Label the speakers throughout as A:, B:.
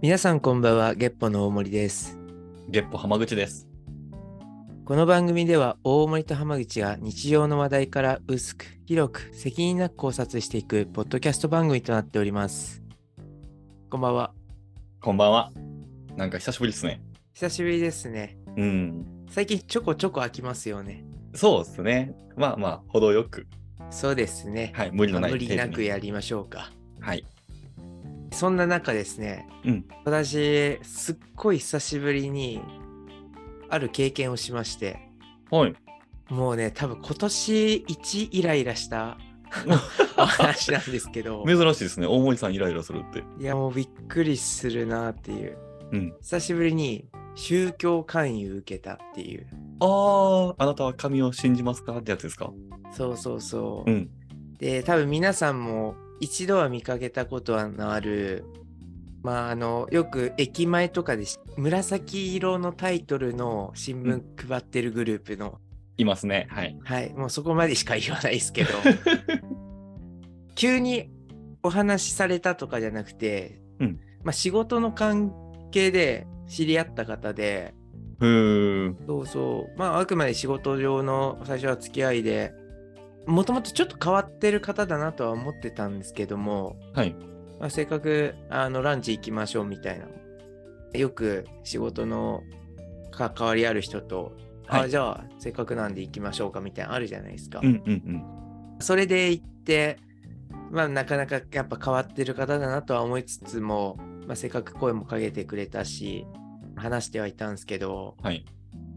A: 皆さんこんばんは、ゲッポの大森です。
B: ゲッポ浜口です。
A: この番組では大森と浜口が日常の話題から薄く、広く、責任なく考察していくポッドキャスト番組となっております。こんばんは。
B: こんばんは。なんか久しぶりですね。
A: 久しぶりですね。
B: うん。
A: 最近ちょこちょこ飽きますよね。
B: そうですね。まあまあ、程よく。
A: そうですね。
B: はい、無理のない
A: 無理なく
B: 程
A: やりましょうか。
B: 度にはい。
A: そんな中ですね、
B: うん
A: 私、すっごい久しぶりにある経験をしまして、
B: はい。
A: もうね、多分今年一イライラした お話なんですけど、
B: 珍しいですね。大森さんイライラするって。
A: いやもうびっくりするなっていう、
B: うん
A: 久しぶりに宗教勧誘受けたっていう、
B: ああ、あなたは神を信じますかってやつですか
A: そうそうそう。
B: うん。
A: で、多分皆さんも一度は見かけたことのある、まああの、よく駅前とかでし紫色のタイトルの新聞配ってるグループの、
B: いますね。はい。
A: はい、もうそこまでしか言わないです けど。急にお話しされたとかじゃなくて、
B: うん
A: まあ、仕事の関係で知り合った方で
B: うーん。
A: そうそう、まあ、あくまで仕事上の最初は付き合いでもともとちょっと変わってる方だなとは思ってたんですけども、
B: はい。
A: まあ、せっかくあのランチ行きましょうみたいなよく仕事の関わりある人と、
B: は
A: あ
B: い。
A: じゃあせっかくなんで行きましょうかみたいなのあるじゃないですか。
B: うんうん
A: それで行って、まあ、なかなかやっぱ変わってる方だなとは思いつつも、まあ、せっかく声もかけてくれたし話してはいたんですけど
B: うん。はい。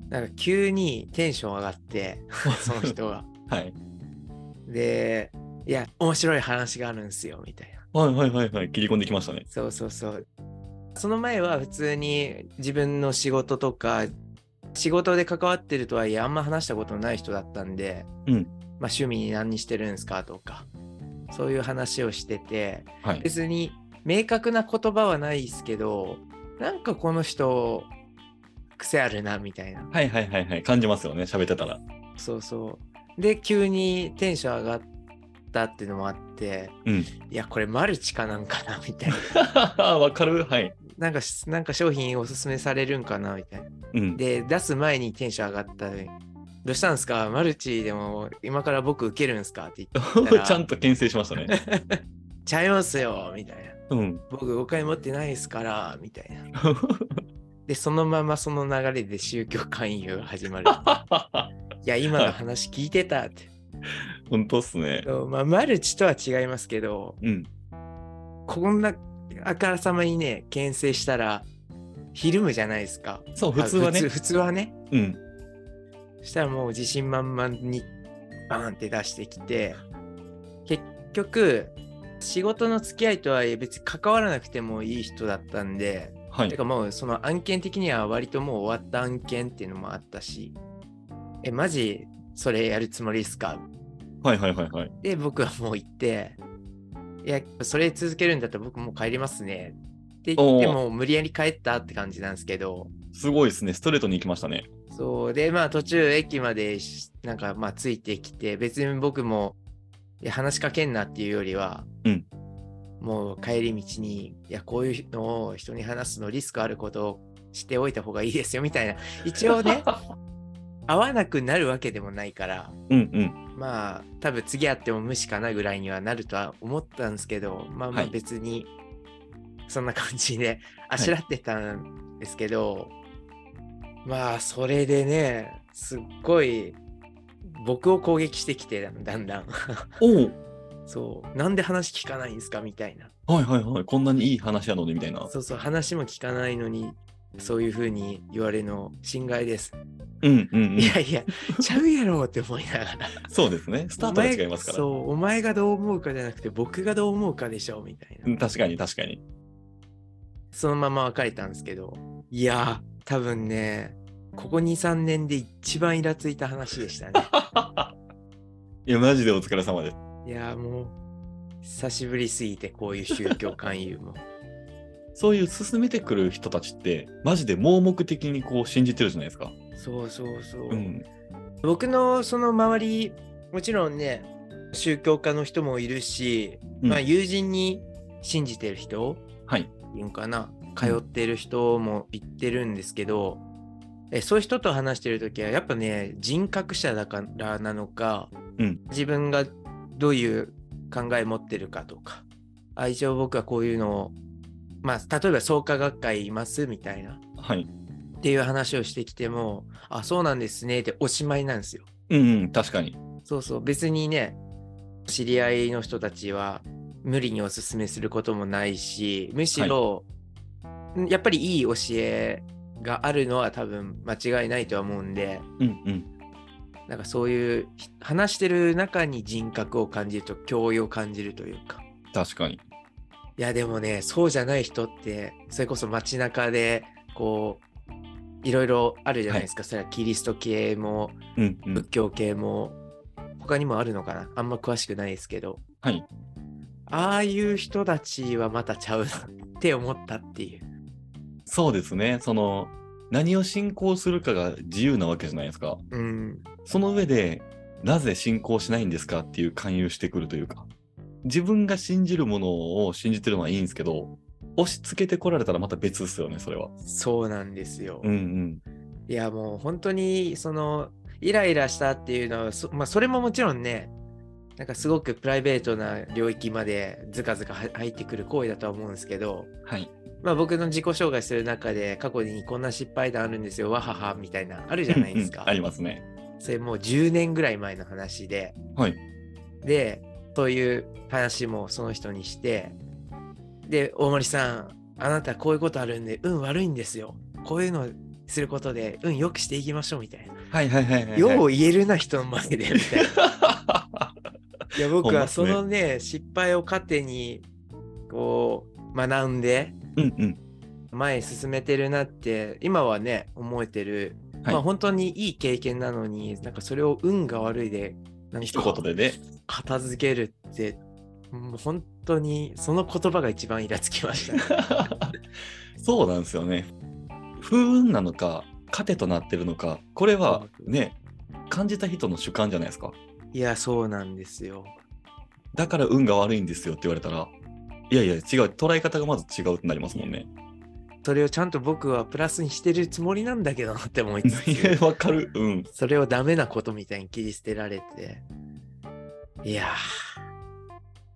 A: なんか急にテンション上がって その人が。
B: はい。
A: でいや面白い話があるんですよみたいな。
B: はいはいはいはい。切り込んできましたね。
A: そうそうそう。その前は普通に自分の仕事とか仕事で関わってるとはいえあんま話したことない人だったんで、
B: うん
A: まあ、趣味に何してるんですかとかそういう話をしてて
B: はい。
A: 別に明確な言葉はないですけどなんかこの人癖あるなみたいな
B: はいはいはいはい。感じますよね。喋ってたら。
A: そうそうで急にテンション上がったっていうのもあって
B: うん。
A: いやこれマルチかなんかなみたいな
B: わかるはい。
A: なんかしなんか商品おすすめされるんかなみたいな
B: うん。
A: で出す前にテンション上がったのにどうしたんですかマルチでも今から僕受けるんすかって言ってたら
B: ちゃんと牽制しましたね。
A: ちゃいますよみたいな
B: うん。
A: 僕お金持ってないですからみたいなでそのままその流れで宗教勧誘が始 まるいや今の話聞いてたって、
B: 本当っすね。
A: そうまあ、マルチとは違いますけど
B: うん。
A: こんなあからさまにね牽制したらひるむじゃないですか
B: そう、普通は
A: あ
B: ね
A: 普。普通はね
B: うん。
A: そしたらもう自信満々にバーンって出してきて結局仕事の付き合いとはいえ別に関わらなくてもいい人だったんで
B: はい
A: て。かもうその案件的には割ともう終わった案件っていうのもあったしえマジそれやるつもりですか
B: はいはいはいはい。
A: で僕はもう行っていやそれ続けるんだったら僕もう帰りますねって言って
B: おー
A: もう無理やり帰ったって感じなんですけど
B: すごいですね。ストレートに行きましたね。
A: そうでまあ途中駅までしなんかまあついてきて別に僕もいや話しかけんなっていうよりは、
B: うん
A: もう帰り道にいやこういうのを人に話すのリスクあることをしておいた方がいいですよみたいな一応 ね会わなくなるわけでもないから
B: うんうん。
A: まあ多分次会っても無視かなぐらいにはなるとは思ったんですけどまあま
B: は
A: あ
B: い
A: 別にそんな感じであしらってたんですけど、まあそれでねすっごい僕を攻撃してきてだんだ ん
B: お
A: そうなんで話聞かないんですかみたいな
B: お。はいはいはい。こんなにいい話やのでみたいな。
A: そうそう話も聞かないのにそういうふうに言われるの侵害です、
B: うんうんうん
A: い。やいやちゃうやろって思いながら
B: そうですね。スタートが違いますから。
A: お前そうお前がどう思うかじゃなくて僕がどう思うかでしょみたいな、
B: うん確かに確かに。
A: そのまま別れたんですけどいやー多分ねここ23年で一番イラついた話で したね
B: いや、マジでお疲れ様です。
A: いやーもう久しぶりすぎてこういう宗教勧誘も
B: そういう進めてくる人たちって、マジで盲目的にこう信じてるじゃないですか。
A: そうそうそう、
B: うん。
A: 僕のその周りもちろんね宗教家の人もいるし、
B: うん
A: まあ、友人に信じてる人
B: はい。
A: いるんかな通ってる人も行ってるんですけど、えそういう人と話してる時はやっぱね人格者だからなのか、
B: うん
A: 自分がどういう考え持ってるかとかあ一応僕はこういうのをまあ例えば創価学会いますみたいな
B: はい。
A: っていう話をしてきてもあそうなんですねっておしまいなんですよ。
B: うん、うん、確かに。
A: そうそう別にね知り合いの人たちは無理におすすめすることもないしむしろ、んやっぱりいい教えがあるのは多分間違いないとは思うんで
B: うん、うん。
A: なんかそういうひ話してる中に人格を感じると教養を感じるというか
B: 確かに。
A: いやでもねそうじゃない人ってそれこそ街中でこういろいろあるじゃないですか、それはキリスト系も
B: うん、うん。
A: 仏教系も他にもあるのかなあんま詳しくないですけど、
B: はい、
A: ああいう人たちはまたちゃうなって思ったっていう
B: そうですね。その、何を信仰するかが自由なわけじゃないですか。
A: うん
B: その上で、なぜ信仰しないんですかっていう勧誘してくるというか、自分が信じるものを信じてるのはいいんですけど、押し付けてこられたらまた別ですよね、それは。
A: そうなんですよ、
B: うん
A: いやもう本当にそのイライラしたっていうのはそ,、まあ、それももちろんねなんかすごくプライベートな領域までずかずかは入ってくる行為だとは思うんですけど
B: う、ん。はい。
A: まあ僕の自己紹介する中で過去にこんな失敗談あるんですよわははみたいなあるじゃないです か
B: ありますね。
A: それもう10年ぐらい前の話で、
B: はい
A: でそういう話もその人にしてで大森さんあなたこういうことあるんで運悪いんですよこういうのすることで運良くしていきましょうみたいな、
B: はいはいはいはい、はい。
A: よう言えるな人の前でみ たいないや僕
B: ほんま
A: は
B: っす
A: そ
B: ね
A: のね失敗を糧にこう学んで
B: うんうん。
A: 前へ進めてるなって今はね思えてる、
B: はい
A: まあ本当にいい経験なのになんかそれを運が悪いでなんか
B: 一言でね。
A: 片付けるってもう本当にその言葉が一番イラつきましたね、
B: そうなんですよね。不運なのか、糧となってるのか、これはね、感じた人の主観じゃないですか。
A: いやそうなんですよ
B: だから運が悪いんですよって言われたら、いやいや、違う、捉え方がまず違うってなりますもんね。
A: それをちゃんと僕はプラスにしてるつもりなんだけどなって思いつ
B: い や
A: つ
B: わかる。うん。
A: それをダメなことみたいに切り捨てられていや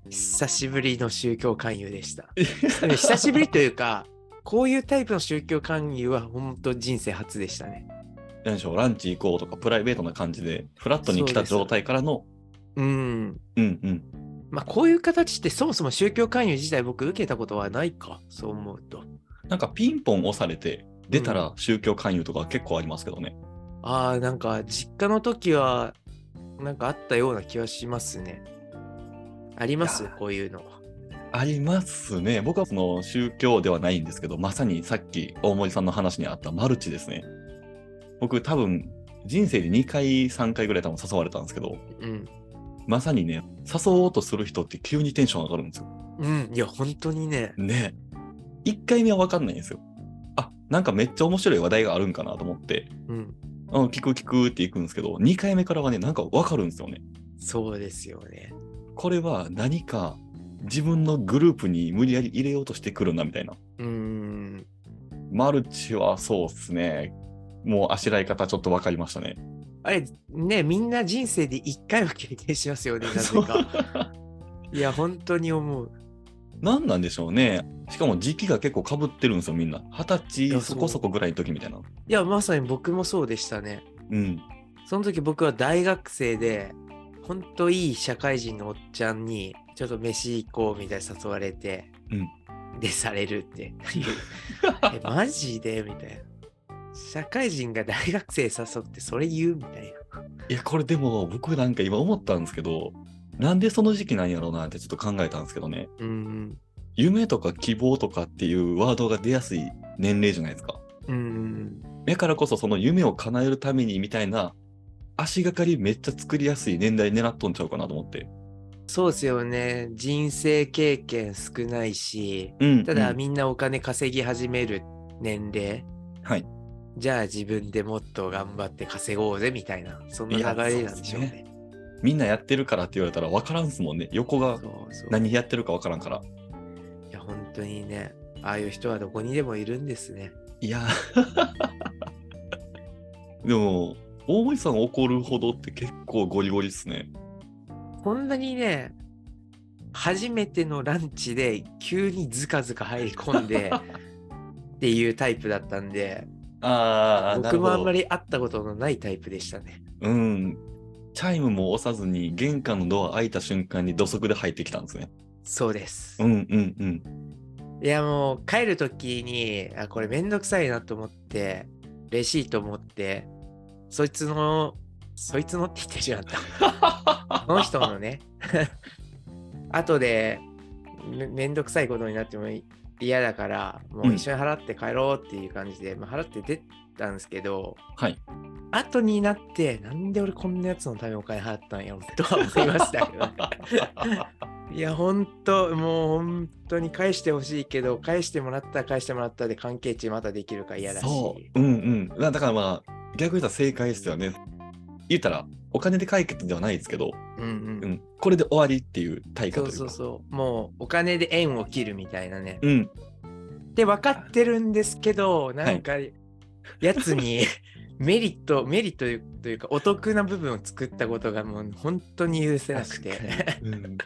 A: ー久しぶりの宗教勧誘でしたでも久しぶりというかこういうタイプの宗教勧誘は本当人生初でしたね
B: 何でしょう、ランチ行こうとか、プライベートな感じで、フラットに来た状態からの、
A: うん
B: うんうん。
A: まあこういう形ってそもそも宗教勧誘自体僕受けたことはないかそう思うと
B: なんかピンポン押されて、出たら宗教勧誘とか結構ありますけどね。
A: ああなんか実家の時はなんかあったような気はしますねあります
B: いやー
A: こういうの
B: ありますね。僕はその宗教ではないんですけど、まさにさっき大森さんの話にあったマルチですね。僕多分人生で2回、3回ぐらい多分誘われたんですけど、
A: うん
B: まさにね、誘おうとする人って急にテンション上がるんですよ。
A: うんいや本当にね
B: ねえ。1回目は分かんないんですよ。あ、なんかめっちゃ面白い話題があるんかなと思って、
A: うん
B: うん、聞く聞くっていくんですけど、2回目からはね、なんか分かるんですよね。
A: そうですよね
B: これは何か自分のグループに無理やり入れようとしてくるな、みたいな。
A: うーん
B: マルチはそうですね。もうあしらい方ちょっと分かりましたね。
A: あれねみんな人生で一回は経験しますよねなぜか
B: そう
A: いや本当に思う
B: 何なんでしょうね。しかも時期が結構かぶってるんですよ、みんな。二十
A: いや
B: 歳そこそこぐらいの時みたいな。
A: いやまさに僕もそうでしたね
B: うん。
A: その時僕は大学生で、ほんといい社会人のおっちゃんに、ちょっと飯行こうみたいに誘われて、で、されるっ て。え、マジでみたいな。社会人が大学生誘ってそれ言うみたいな。
B: いや、これでも僕なんか今思ったんですけど、なんでその時期なんやろうなってちょっと考えたんですけどね。
A: うん
B: 夢とか希望とかっていうワードが出やすい年齢じゃないですか。
A: うん。うん
B: だからこそその夢を叶えるためにみたいな足がかりめっちゃ作りやすい年代狙っとんちゃうかなと思って。
A: そうですよね。人生経験少ないし、
B: うん、
A: ただ
B: うん
A: みんなお金稼ぎ始める年齢。
B: はい。
A: じゃあ自分でもっと頑張って稼ごうぜみたいな、そんな流れなんでしょう
B: いやそうです
A: ね。
B: みんなやってるからって言われたら分からんすもんね。横が
A: そうそう
B: 何やってるか分からんから。
A: いや本当にねああいう人はどこにでもいるんですね。
B: いやー でも大森さん怒るほどって結構ゴリゴリっすね。
A: こんなにね、初めてのランチで急にずかずか入り込ん でっていうタイプだったんで、
B: ああ、な
A: 僕
B: る
A: も
B: ほど
A: あんまり会ったことのないタイプでしたね。
B: うん。チャイムも押さずに玄関のドア開いた瞬間に土足で入ってきたんですね。
A: そうです。
B: うんうんうん。
A: いやもう帰る時にあこれめんどくさいなと思ってレシート持ってそいつのそいつのって言ってしまった この人のね 後でめめんどくさいことになっても嫌だからもう一緒に払って帰ろうっていう感じで、まあ払って出たんですけど
B: はい。
A: 後になってなんで俺こんなやつのためにお金払ったんやろとは思いましたけどね いや、本当もう本当に返してほしいけど、返してもらったら返してもらったで関係値またできるから嫌だし。
B: そう。うんうん。なだからまあ、逆に言ったら正解ですよね。言ったら、お金で解決ではないですけど、
A: う。うん
B: う
A: うん。
B: ん、これで終わりっていう対価
A: そ
B: といううか。
A: そうそう。もうお金で縁を切るみたいなね。
B: うん。
A: で、分かってるんですけど、なんか、やつ にメリット、メリットというか、お得な部分を作ったことがもう本当に許せなくて。
B: うん、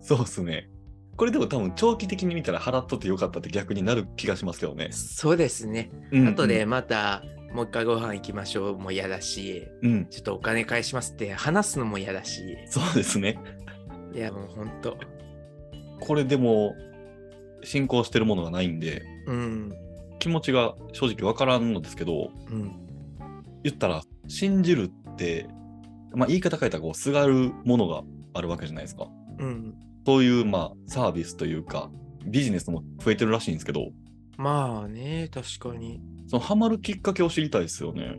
B: そうっすね。これでも多分長期的に見たら払っとってよかったって逆になる気がしますけどね。
A: そうですね。
B: うん
A: 後で。また、もう一回ご飯行きましょうも嫌だし、
B: うん。
A: ちょっとお金返しますって話すのも嫌だし。
B: そうですね。
A: いや、もう本当。
B: これでも、進行してるものがないんで、
A: うん。
B: 気持ちが正直わからんのですけど、
A: うん、
B: 言ったら、信じるって、まあ、言い方変えたらこう、すがるものがあるわけじゃないですか。
A: うん、
B: そういう、まあ、サービスというか、ビジネスも増えてるらしいんですけど、
A: まあね確かに
B: そのハマるきっかけを知りたいですよね。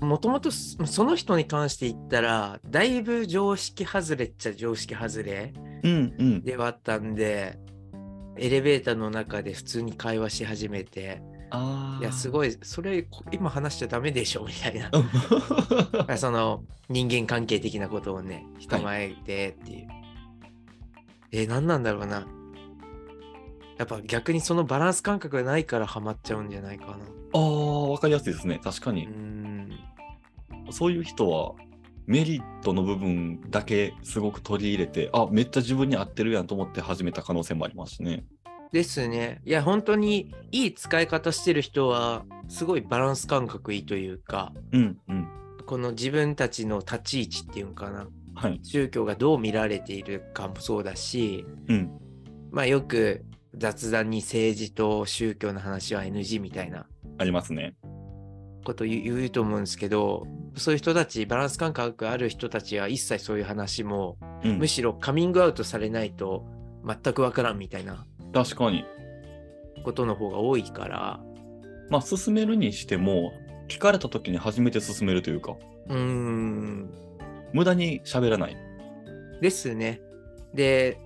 A: もともとそその人に関して言ったらだいぶ常識外れっちゃ常識外れ
B: うんうん。
A: ではあったんでエレベーターの中で普通に会話し始めて
B: あ
A: いやす
B: い。
A: ごいそれこ今話しちゃダメでしょみたいな
B: は
A: あその人間関係的なことをね人前でっていう、えー何なんだろうなやっぱ逆にそのバランス感覚がないからハマっちゃうんじゃないかな
B: ああ、わかりやすいですね。確か
A: う
B: に。
A: ん
B: そういう人は、メリットの部分だけすごく取り入れて、あ、めっちゃ自分に合ってるやんと思って始めた可能性もありますしね。
A: ですね。いや、本当にいい使い方してる人は、すごいバランス感覚いいというか、
B: うんうん。
A: この自分たちの立ち位置っていうんかな、
B: はい。
A: 宗教がどう見られているかもそうだし、
B: うん。
A: まあよく雑談に政治と宗教の話は NG みたいな
B: ありますね。
A: こと言う言うと思うんですけど、そういう人たち、バランス感覚ある人たちは一切そういう話も、
B: うん
A: む。しろカミングアウトされないと全くわからんみたいな
B: 確かに。
A: ことの方が多いから、
B: まあ、進めるにしても、聞かれた時に初めて進めるというか、
A: うーん、
B: 無駄に喋らない。
A: ですね。で、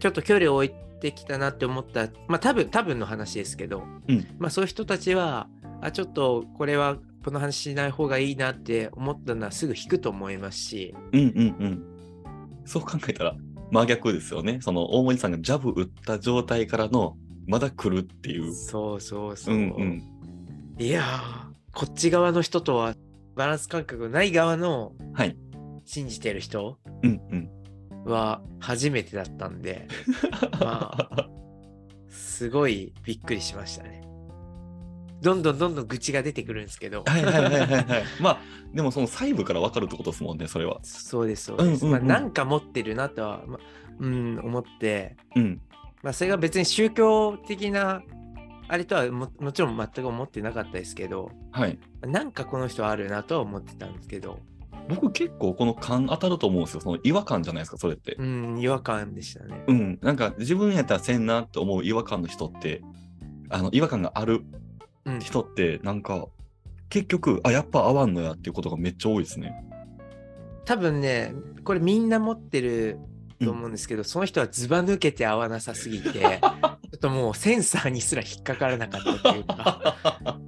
A: ちょっと距離を置いてきたなって思った、まあ多分、多分の話ですけど、
B: うん
A: まあそういう人たちは、あ、ちょっとこれはこの話しない方がいいなって思ったのはすぐ引くと思いますし、
B: うんうんうん。そう考えたら真逆ですよね。その大森さんがジャブ打った状態からのまだ来るっていう。
A: そうそう
B: う
A: そう。
B: んうん。
A: いやー、こっち側の人とはバランス感覚ない側の
B: はい
A: 信じてる人
B: うん うん。
A: は初めてだったんで、ますごいびっくりしましたね。どんどんどんどん愚痴が出てくるんですけど。
B: はいはいはいはいはい。まあでもその細部から分かるってことですもんね、それは。
A: そうですそうです。
B: うんうん
A: ま
B: う
A: あ
B: ん
A: なんか持ってるなとは、まうん、思って、
B: うん。
A: まあ、それが別に宗教的なあれとはももちろん全く思ってなかったですけど、
B: はい。
A: なんかこの人はあるなとは思ってたんですけど、
B: 僕結構この感当たると思うんですよ。その違和感じゃないですか、それって。
A: うん、違和感でしたね。
B: うん。なんか自分やったらせんなって思う違和感の人って、あの違和感がある
A: うん、
B: 人ってなんか結局、あ、やっぱ合わんのやっていうことがめっちゃ多いですね。
A: 多分ね、これみんな持ってると思うんですけど、その人はずば抜けて合わなさす ぎて、ちょっともうセンサーにすら引っかからなかったというか、
B: あ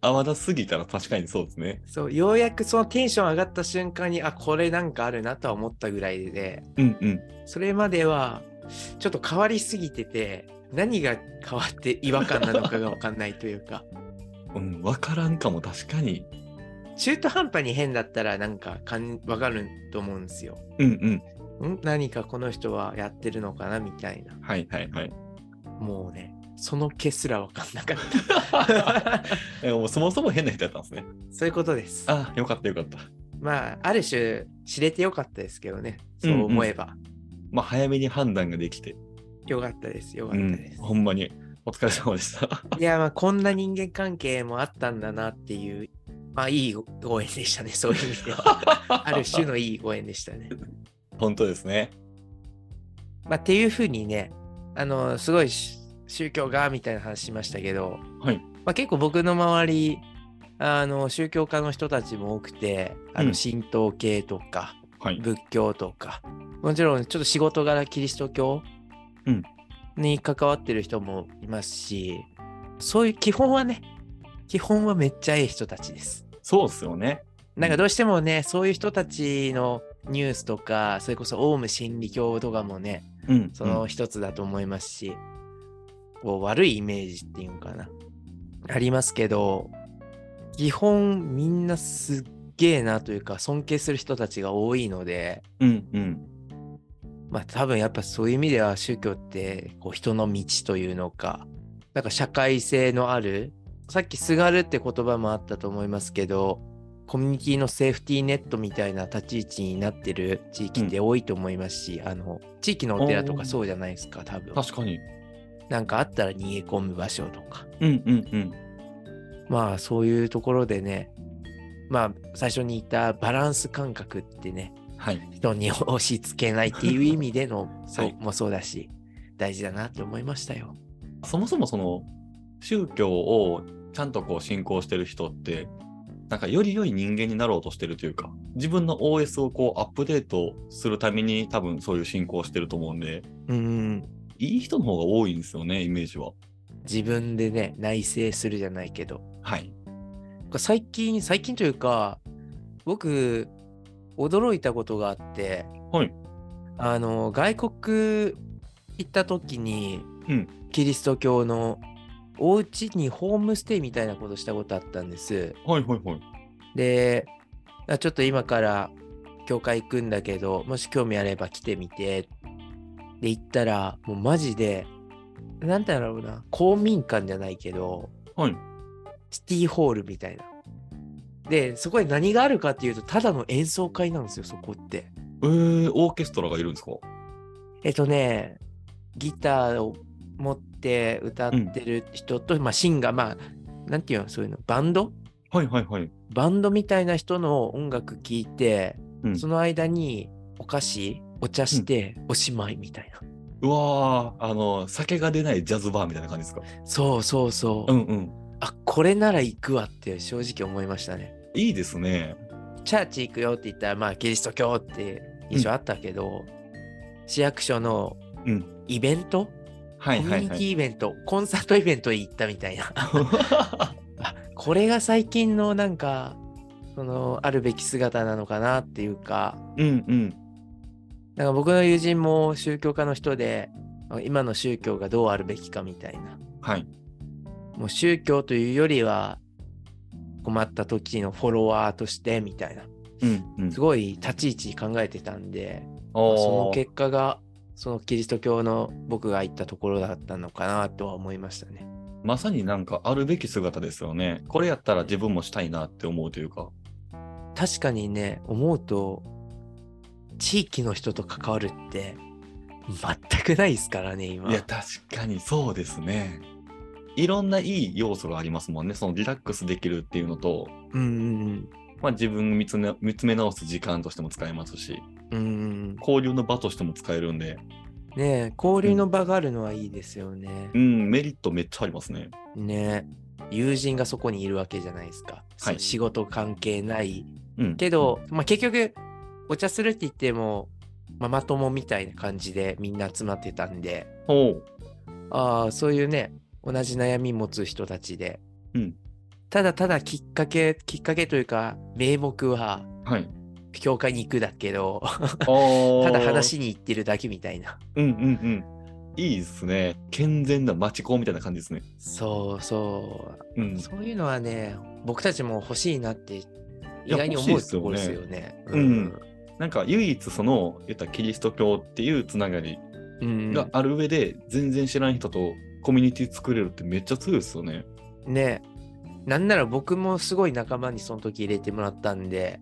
B: 泡立ちすぎたら確かにそうですね。
A: そうようやくそのテンション上がった瞬間にあこれなんかあるなとは思ったぐらいで
B: うんうん。
A: それまではちょっと変わりすぎてて何が変わって違和感なのかが分かんないというか
B: うん、わからんかも確かに。
A: 中途半端に変だったらなんかかん分かると思うんですよ。
B: うんうん。
A: ん何かこの人はやってるのかなみたいな
B: はいはいはい。
A: もうねその気すら分かんなかった。
B: えもうそもそも変な人やったんですね。
A: そういうことです。
B: あよかったよかった。
A: まあある種知れてよかったですけどねそう思えば、
B: まあ早めに判断ができて。
A: よかったですよか
B: う
A: ったで
B: ん
A: す。。
B: ほんまにお疲れ様で した。
A: いやまあこんな人間関係もあったんだなっていうまあいいご縁でしたねそういう意味ではある種のいいご縁でした ね。
B: 本当ですね。
A: まあ、っていうふうにねあのすごいし宗教がみたいな話しましたけど、
B: はい
A: まあ、結構僕の周りあの宗教家の人たちも多くてあ
B: う
A: の
B: ん
A: 神道系とか、
B: はい。
A: 仏教とかもちろんちょっと仕事柄キリスト教
B: うん
A: に関わってる人もいますし、そういう基本はね基本はめっちゃいい人たちです。
B: そうっすよね。
A: なんかどうしてもねそういう人たちのニュースとかそれこそオウム真理教とかもね
B: うん。
A: その一つだと思いますし、こう悪いイメージっていうのかなありますけど基本みんなすっげえなというか尊敬する人たちが多いので
B: うんうん。
A: まあ多分やっぱそういう意味では宗教ってこう人の道というのかなんか社会性のあるさっき「すがる」って言葉もあったと思いますけどコミュニティのセーフティーネットみたいな立ち位置になってる地域って多いと思いますし、あの地域のお寺とかそうじゃないですか多分
B: 確かに。
A: なんかあったら逃げ込む場所とか
B: うんうんうん。
A: まあそういうところでねまあ最初に言ったバランス感覚ってね
B: はい。
A: 人に押し付けないっていう意味でのそうもそうだし大事だなって思いましたよ。
B: そもそもその宗教をちゃんとこう信仰してる人って、なんかより良い人間になろうとしてるというか、自分の OS をこうアップデートするために多分そういう信仰をしてると思うんで、
A: うん
B: いい人の方が多いんですよね、イメージは。
A: 自分でね内省するじゃないけど
B: はい。
A: 最近最近というか僕驚いたことがあって、
B: はい
A: あの外国行った時に、
B: うん
A: キリスト教のお家にホームステイみたいなことしたことあったんです。
B: はいはいはい。
A: であちょっと今から教会行くんだけどもし興味あれば来てみてで行ったらもうマジでなんだろうな公民館じゃないけど、
B: はい
A: シティホールみたいな。でそこに何があるかっていうとただの演奏会なんですよそこって。
B: えー、オーケストラがいるんですか
A: えっとねギターを持って歌ってる人と、まあシンガーまあなんていうのそういうのバンド
B: はいはいはい。
A: バンドみたいな人の音楽聴いて、
B: うん
A: その間にお菓子お茶しておしまいみたいな、
B: うわー、あの、酒が出ないジャズバーみたいな感じですか
A: そうそうそう、
B: うんうん。
A: あこれなら行くわって正直思いましたね
B: いいですね。
A: チャーチ行くよって言ったらまあキリスト教って印象あったけど、市役所の
B: うん
A: イベント、
B: はい
A: コミ
B: は
A: ュ
B: い
A: ニテ
B: は
A: ィ
B: い。
A: イベント、コンサートイベントに行ったみたい なあこれが最近のなんかそのあるべき姿なのかなっていうか
B: うんうん。
A: なんか僕の友人も宗教家の人で今の宗教がどうあるべきかみたいな
B: はい。
A: もう宗教というよりは困った時のフォロワーとしてみたいな
B: うんうん。
A: すごい立ち位置考えてたんで
B: おー
A: その結果がそのキリスト教の僕が行ったところだったのかなとは思いましたね。
B: まさになんかあるべき姿ですよね。これやったら自分もしたいなって思うというか。
A: 確かにね思うと地域の人と関わるって全くないですからね今
B: いや、確かにそうですね。いろんないい要素がありますもんね。そのリラックスできるっていうのと、
A: うんうん
B: まあ、自分を見つめ見つめ直す時間としても使えますし、
A: うんうんうん
B: 交流の場としても使えるんで、
A: ねえ交流の場があるのはいいですよね
B: う。ん、メリットめっちゃありますね。
A: ねえ友人がそこにいるわけじゃないですか。そう仕事関係ない
B: うん。
A: けど、まあ、結局お茶するって言ってもママ友みたいな感じでみんな集まってたんで
B: おう、
A: ああそういうね同じ悩み持つ人たちで、
B: うん
A: ただただきっかけ、きっかけというか、名目は、
B: はい。
A: 教会に行くだけど、
B: た
A: ただ話しに行ってるだけみたいな。
B: うんうんうん。いいですね。健全な町子みたいな感じですね。
A: そうそうう。
B: ん。
A: そういうのはね、僕たちも欲しいなって、意
B: や
A: 外に思うところですよね。
B: すよねなんか唯一その、言ったらキリスト教っていうつながり
A: うん。うん
B: がある上で、全然知らん人とコミュニティ作れるってめっちゃ強いですよね。
A: ねなんなら僕もすごい仲間にその時入れてもらったんで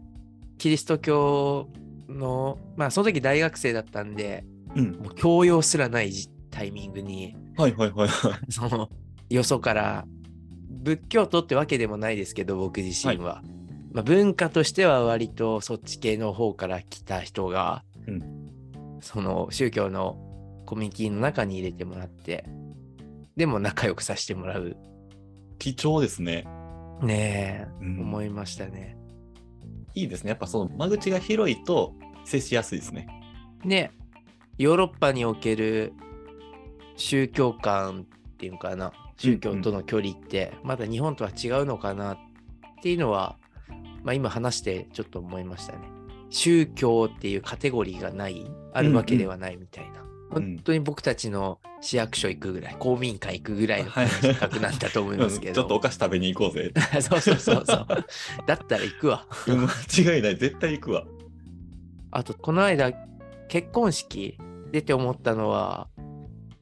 A: キリスト教のまあその時大学生だったんで
B: うん。
A: もう教養すらないじタイミングに
B: はいはいはいはい。
A: そのよそから仏教徒ってわけでもないですけど僕自身は、まあ、文化としては割とそっち系の方から来た人が、
B: う
A: その宗教のコミュニティの中に入れてもらってでも仲良くさせてもらう
B: 貴重ですね。
A: ねえ
B: うん
A: 思いましたね。
B: いいですね。やっぱその間口が広いと接しやすいですね。
A: ねヨーロッパにおける宗教観っていうのかな宗教との距離ってまだ日本とは違うのかなっていうのは、まあ、今話してちょっと思いましたね。宗教っていうカテゴリーがないあるわけではないみたいな。
B: うん
A: 本当に僕たちの市役所行くぐらい公民館行くぐらいの
B: はい
A: 感覚なんだと思いますけ
B: うんち
A: ど、
B: ょっとお菓子食べに行こうぜ。
A: そうそうそうそうだったら行くわ
B: うん間違いない。絶対行くわ。
A: あとこの間結婚式出て思ったのは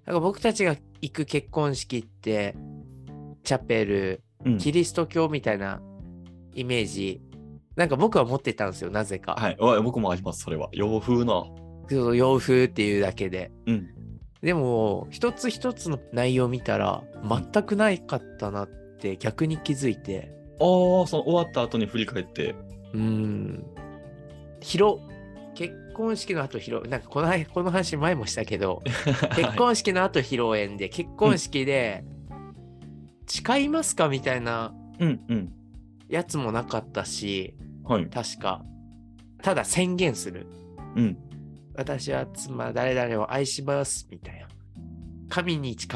A: なんか僕たちが行く結婚式ってチャペル
B: うん
A: キリスト教みたいなイメージ、なんか僕は持ってたんですよなぜか、
B: はい。わ僕もあります、それは。洋風な。
A: そう洋風っていうだけで
B: うん。
A: でも一つ一つの内容見たら全くないかったなって逆に気づいて
B: ああ、その終わった後に振り返って。
A: うん広結婚式の後披露なんかこの間この話前もしたけど結
B: はい
A: 婚式の後披露宴で結婚式で誓いますかみたいな
B: うんうん。
A: やつもなかったし
B: はい。
A: 確かただ宣言する
B: うん。
A: 私は妻誰々を愛しますみたいな神に誓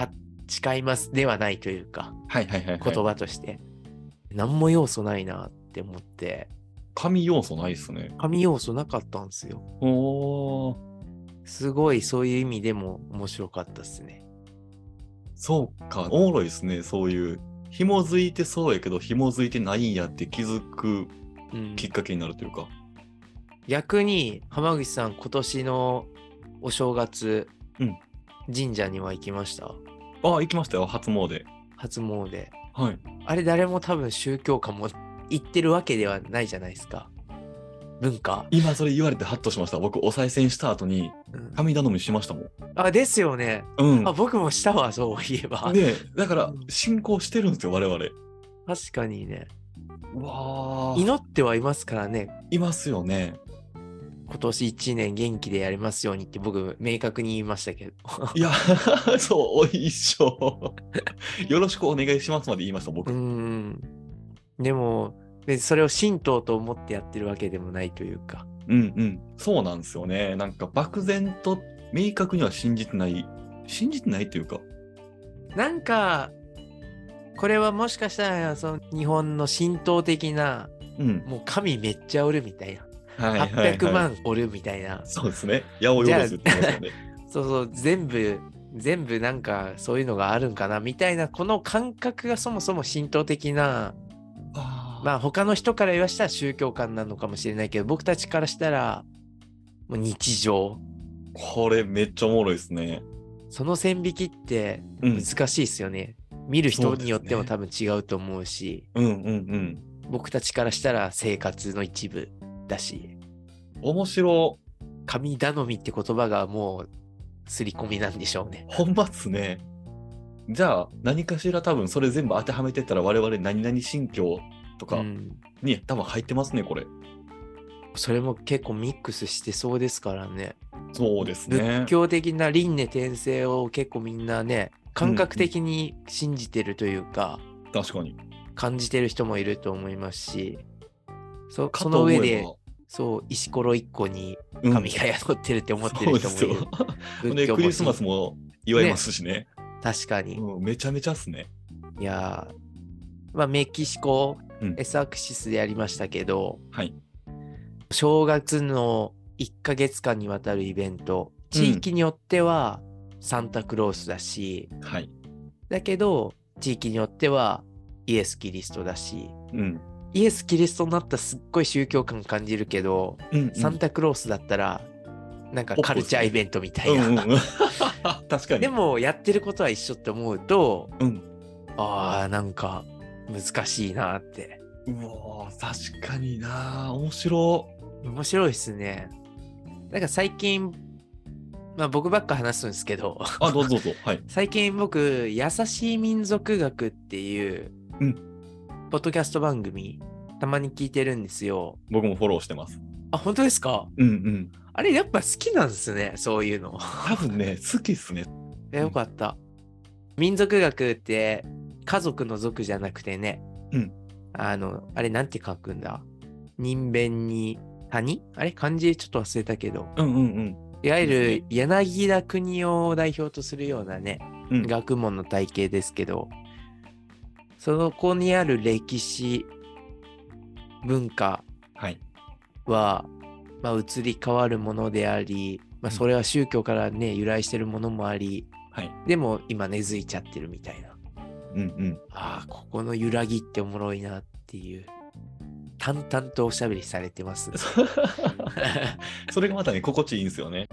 A: 誓いますではないというか
B: はいはいはい、はい。
A: 言葉として、何も要素ないなって思って
B: 神要素ないですね。
A: 神要素なかったんですよ
B: おー
A: すごいそういう意味でも面白かったですね
B: そうか。おもろいですね。そういう。紐づいてそうやけど、紐づいてないんやって気づく
A: うん
B: きっかけになるというか。
A: 逆に浜口さん今年のお正月、
B: うん
A: 神社には行きました
B: ああ、行きましたよ。初詣。
A: 初詣
B: はい。
A: あれ誰も多分宗教家も行ってるわけではないじゃないですか文化、
B: 今それ言われてハッとしました。僕、お賽銭した後に、
A: うん
B: 神頼みしましたもん。
A: あですよね
B: うん
A: あ。僕もしたわそういえば、
B: ねだから
A: うん、
B: 信仰してるんですよ、我々。
A: 確かにね
B: うわー
A: 祈ってはいますからね
B: いますよね。
A: 今年1年元気でやりますようにって僕明確に言いましたけど
B: いや、 そう、一緒。よろしくお願いしますまで言いました、
A: う
B: 僕。
A: んでもでそれを神道と思ってやってるわけでもないというか
B: うんうん、そうなんですよね。なんか漠然と明確には信じてない、信じてないというか、
A: なんかこれはもしかしたらその日本の神道的な
B: うん、
A: もう神めっちゃおるみたいな、
B: はいはい、はい。
A: 800。万おるみたいな
B: そうですね。八百万って言ってましたよね。
A: そうそう全部全部なんかそういうのがあるんかなみたいなこの感覚がそもそも神道的な
B: あー
A: まあ他の人から言わしたら宗教観なのかもしれないけど僕たちからしたらもう日常
B: これめっちゃおもろいですね。
A: その線引きって
B: うん、
A: 難しいですよね、見る
B: そう
A: 人
B: ですね
A: によっても多分違うと思うし。
B: うん、うん、うん。
A: 僕たちからしたら生活の一部だし
B: 面白い。
A: 神頼みって言葉がもう刷り込みなんでしょうね。
B: ほんまっすね。じゃあ、何かしら多分それ全部当てはめてったら、我々何々信教と
A: う
B: か
A: ん、
B: に多分入ってますね、これ。
A: それも結構ミックスしてそうですからね
B: そうですね
A: 仏。教的な輪廻転生を結構みんなね感覚的に信じてるというか、
B: 確かに。
A: 感じてる人もいると思いますしそ
B: か
A: そ
B: と
A: の
B: 思
A: 上
B: えば
A: でそう石ころ一個に
B: うん
A: 神が宿ってるって思ってる人もい
B: そうで
A: る
B: すよ。
A: 仏
B: で
A: 教
B: ク
A: も
B: リスマスも祝いますしね
A: 確かに、
B: うんめちゃめちゃっすね。
A: いやーまあ、メキシコ、
B: うん
A: エスアクシスでやりましたけど、
B: はい
A: 正月の1ヶ月間にわたるイベント地域によってはサンタクロースだし、
B: はい。
A: だけど地域によってはイエス・キリストだし
B: うん。
A: イエス・キリストになったらすっごい宗教感感じるけど、
B: うんうん
A: サンタクロースだったらなんか
B: ポップですね
A: カルチャーイベントみた
B: う
A: い
B: ん
A: な、
B: うん うん確かに。
A: でもやってることは一緒って思うと
B: うん。
A: あーなんか難しいなって
B: うわー確かにな面白
A: 面白いですねなんか最近まあ僕ばっか話すんですけど
B: あ、どうぞどうぞ。はい。
A: 最近僕「優しい民族学」っていう、
B: うん
A: ポッドキャスト番組たまに聞いてるんですよ
B: 僕もフォローしてます。
A: あ本当ですか
B: うんうん。
A: あれやっぱ好きなんですねそういうの
B: 多分ね、好きっすね。
A: えよかった民族学って家族の族じゃなくてね、
B: うん
A: あのあれなんて書くんだ人弁に谷あれ漢字ちょっと忘れたけど
B: うんうん
A: いわゆる柳田国男を代表とするようなね
B: うん。うん、
A: 学問の体系ですけどその子にある歴史文化
B: はい。
A: は、まあ、移り変わるものであり、まあ、それは宗教からね由来してるものもあり
B: はい。
A: でも今根付いちゃってるみたいな
B: うん うん。
A: あーここの揺らぎっておもろいなっていう淡々とおしゃべりされてます
B: それがまたね、心地いいんですよね。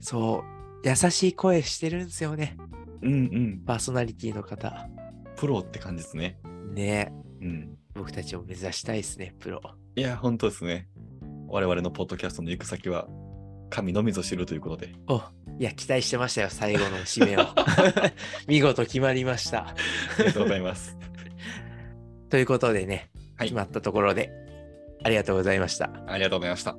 A: そう優しい声してるんですよね
B: うんうん。
A: パーソナリティの方
B: プロって感じですね。
A: ね
B: うん。
A: 僕たちを目指したいですねプロ
B: いや、本当ですね。我々のポッドキャストの行く先は、神のみぞ知るということで。
A: おいや期待してましたよ最後の締めを見事決まりました
B: ありがとうござい ます。
A: ということでね
B: はい
A: 決まったところで、ありがとうございました
B: ありがとうございました。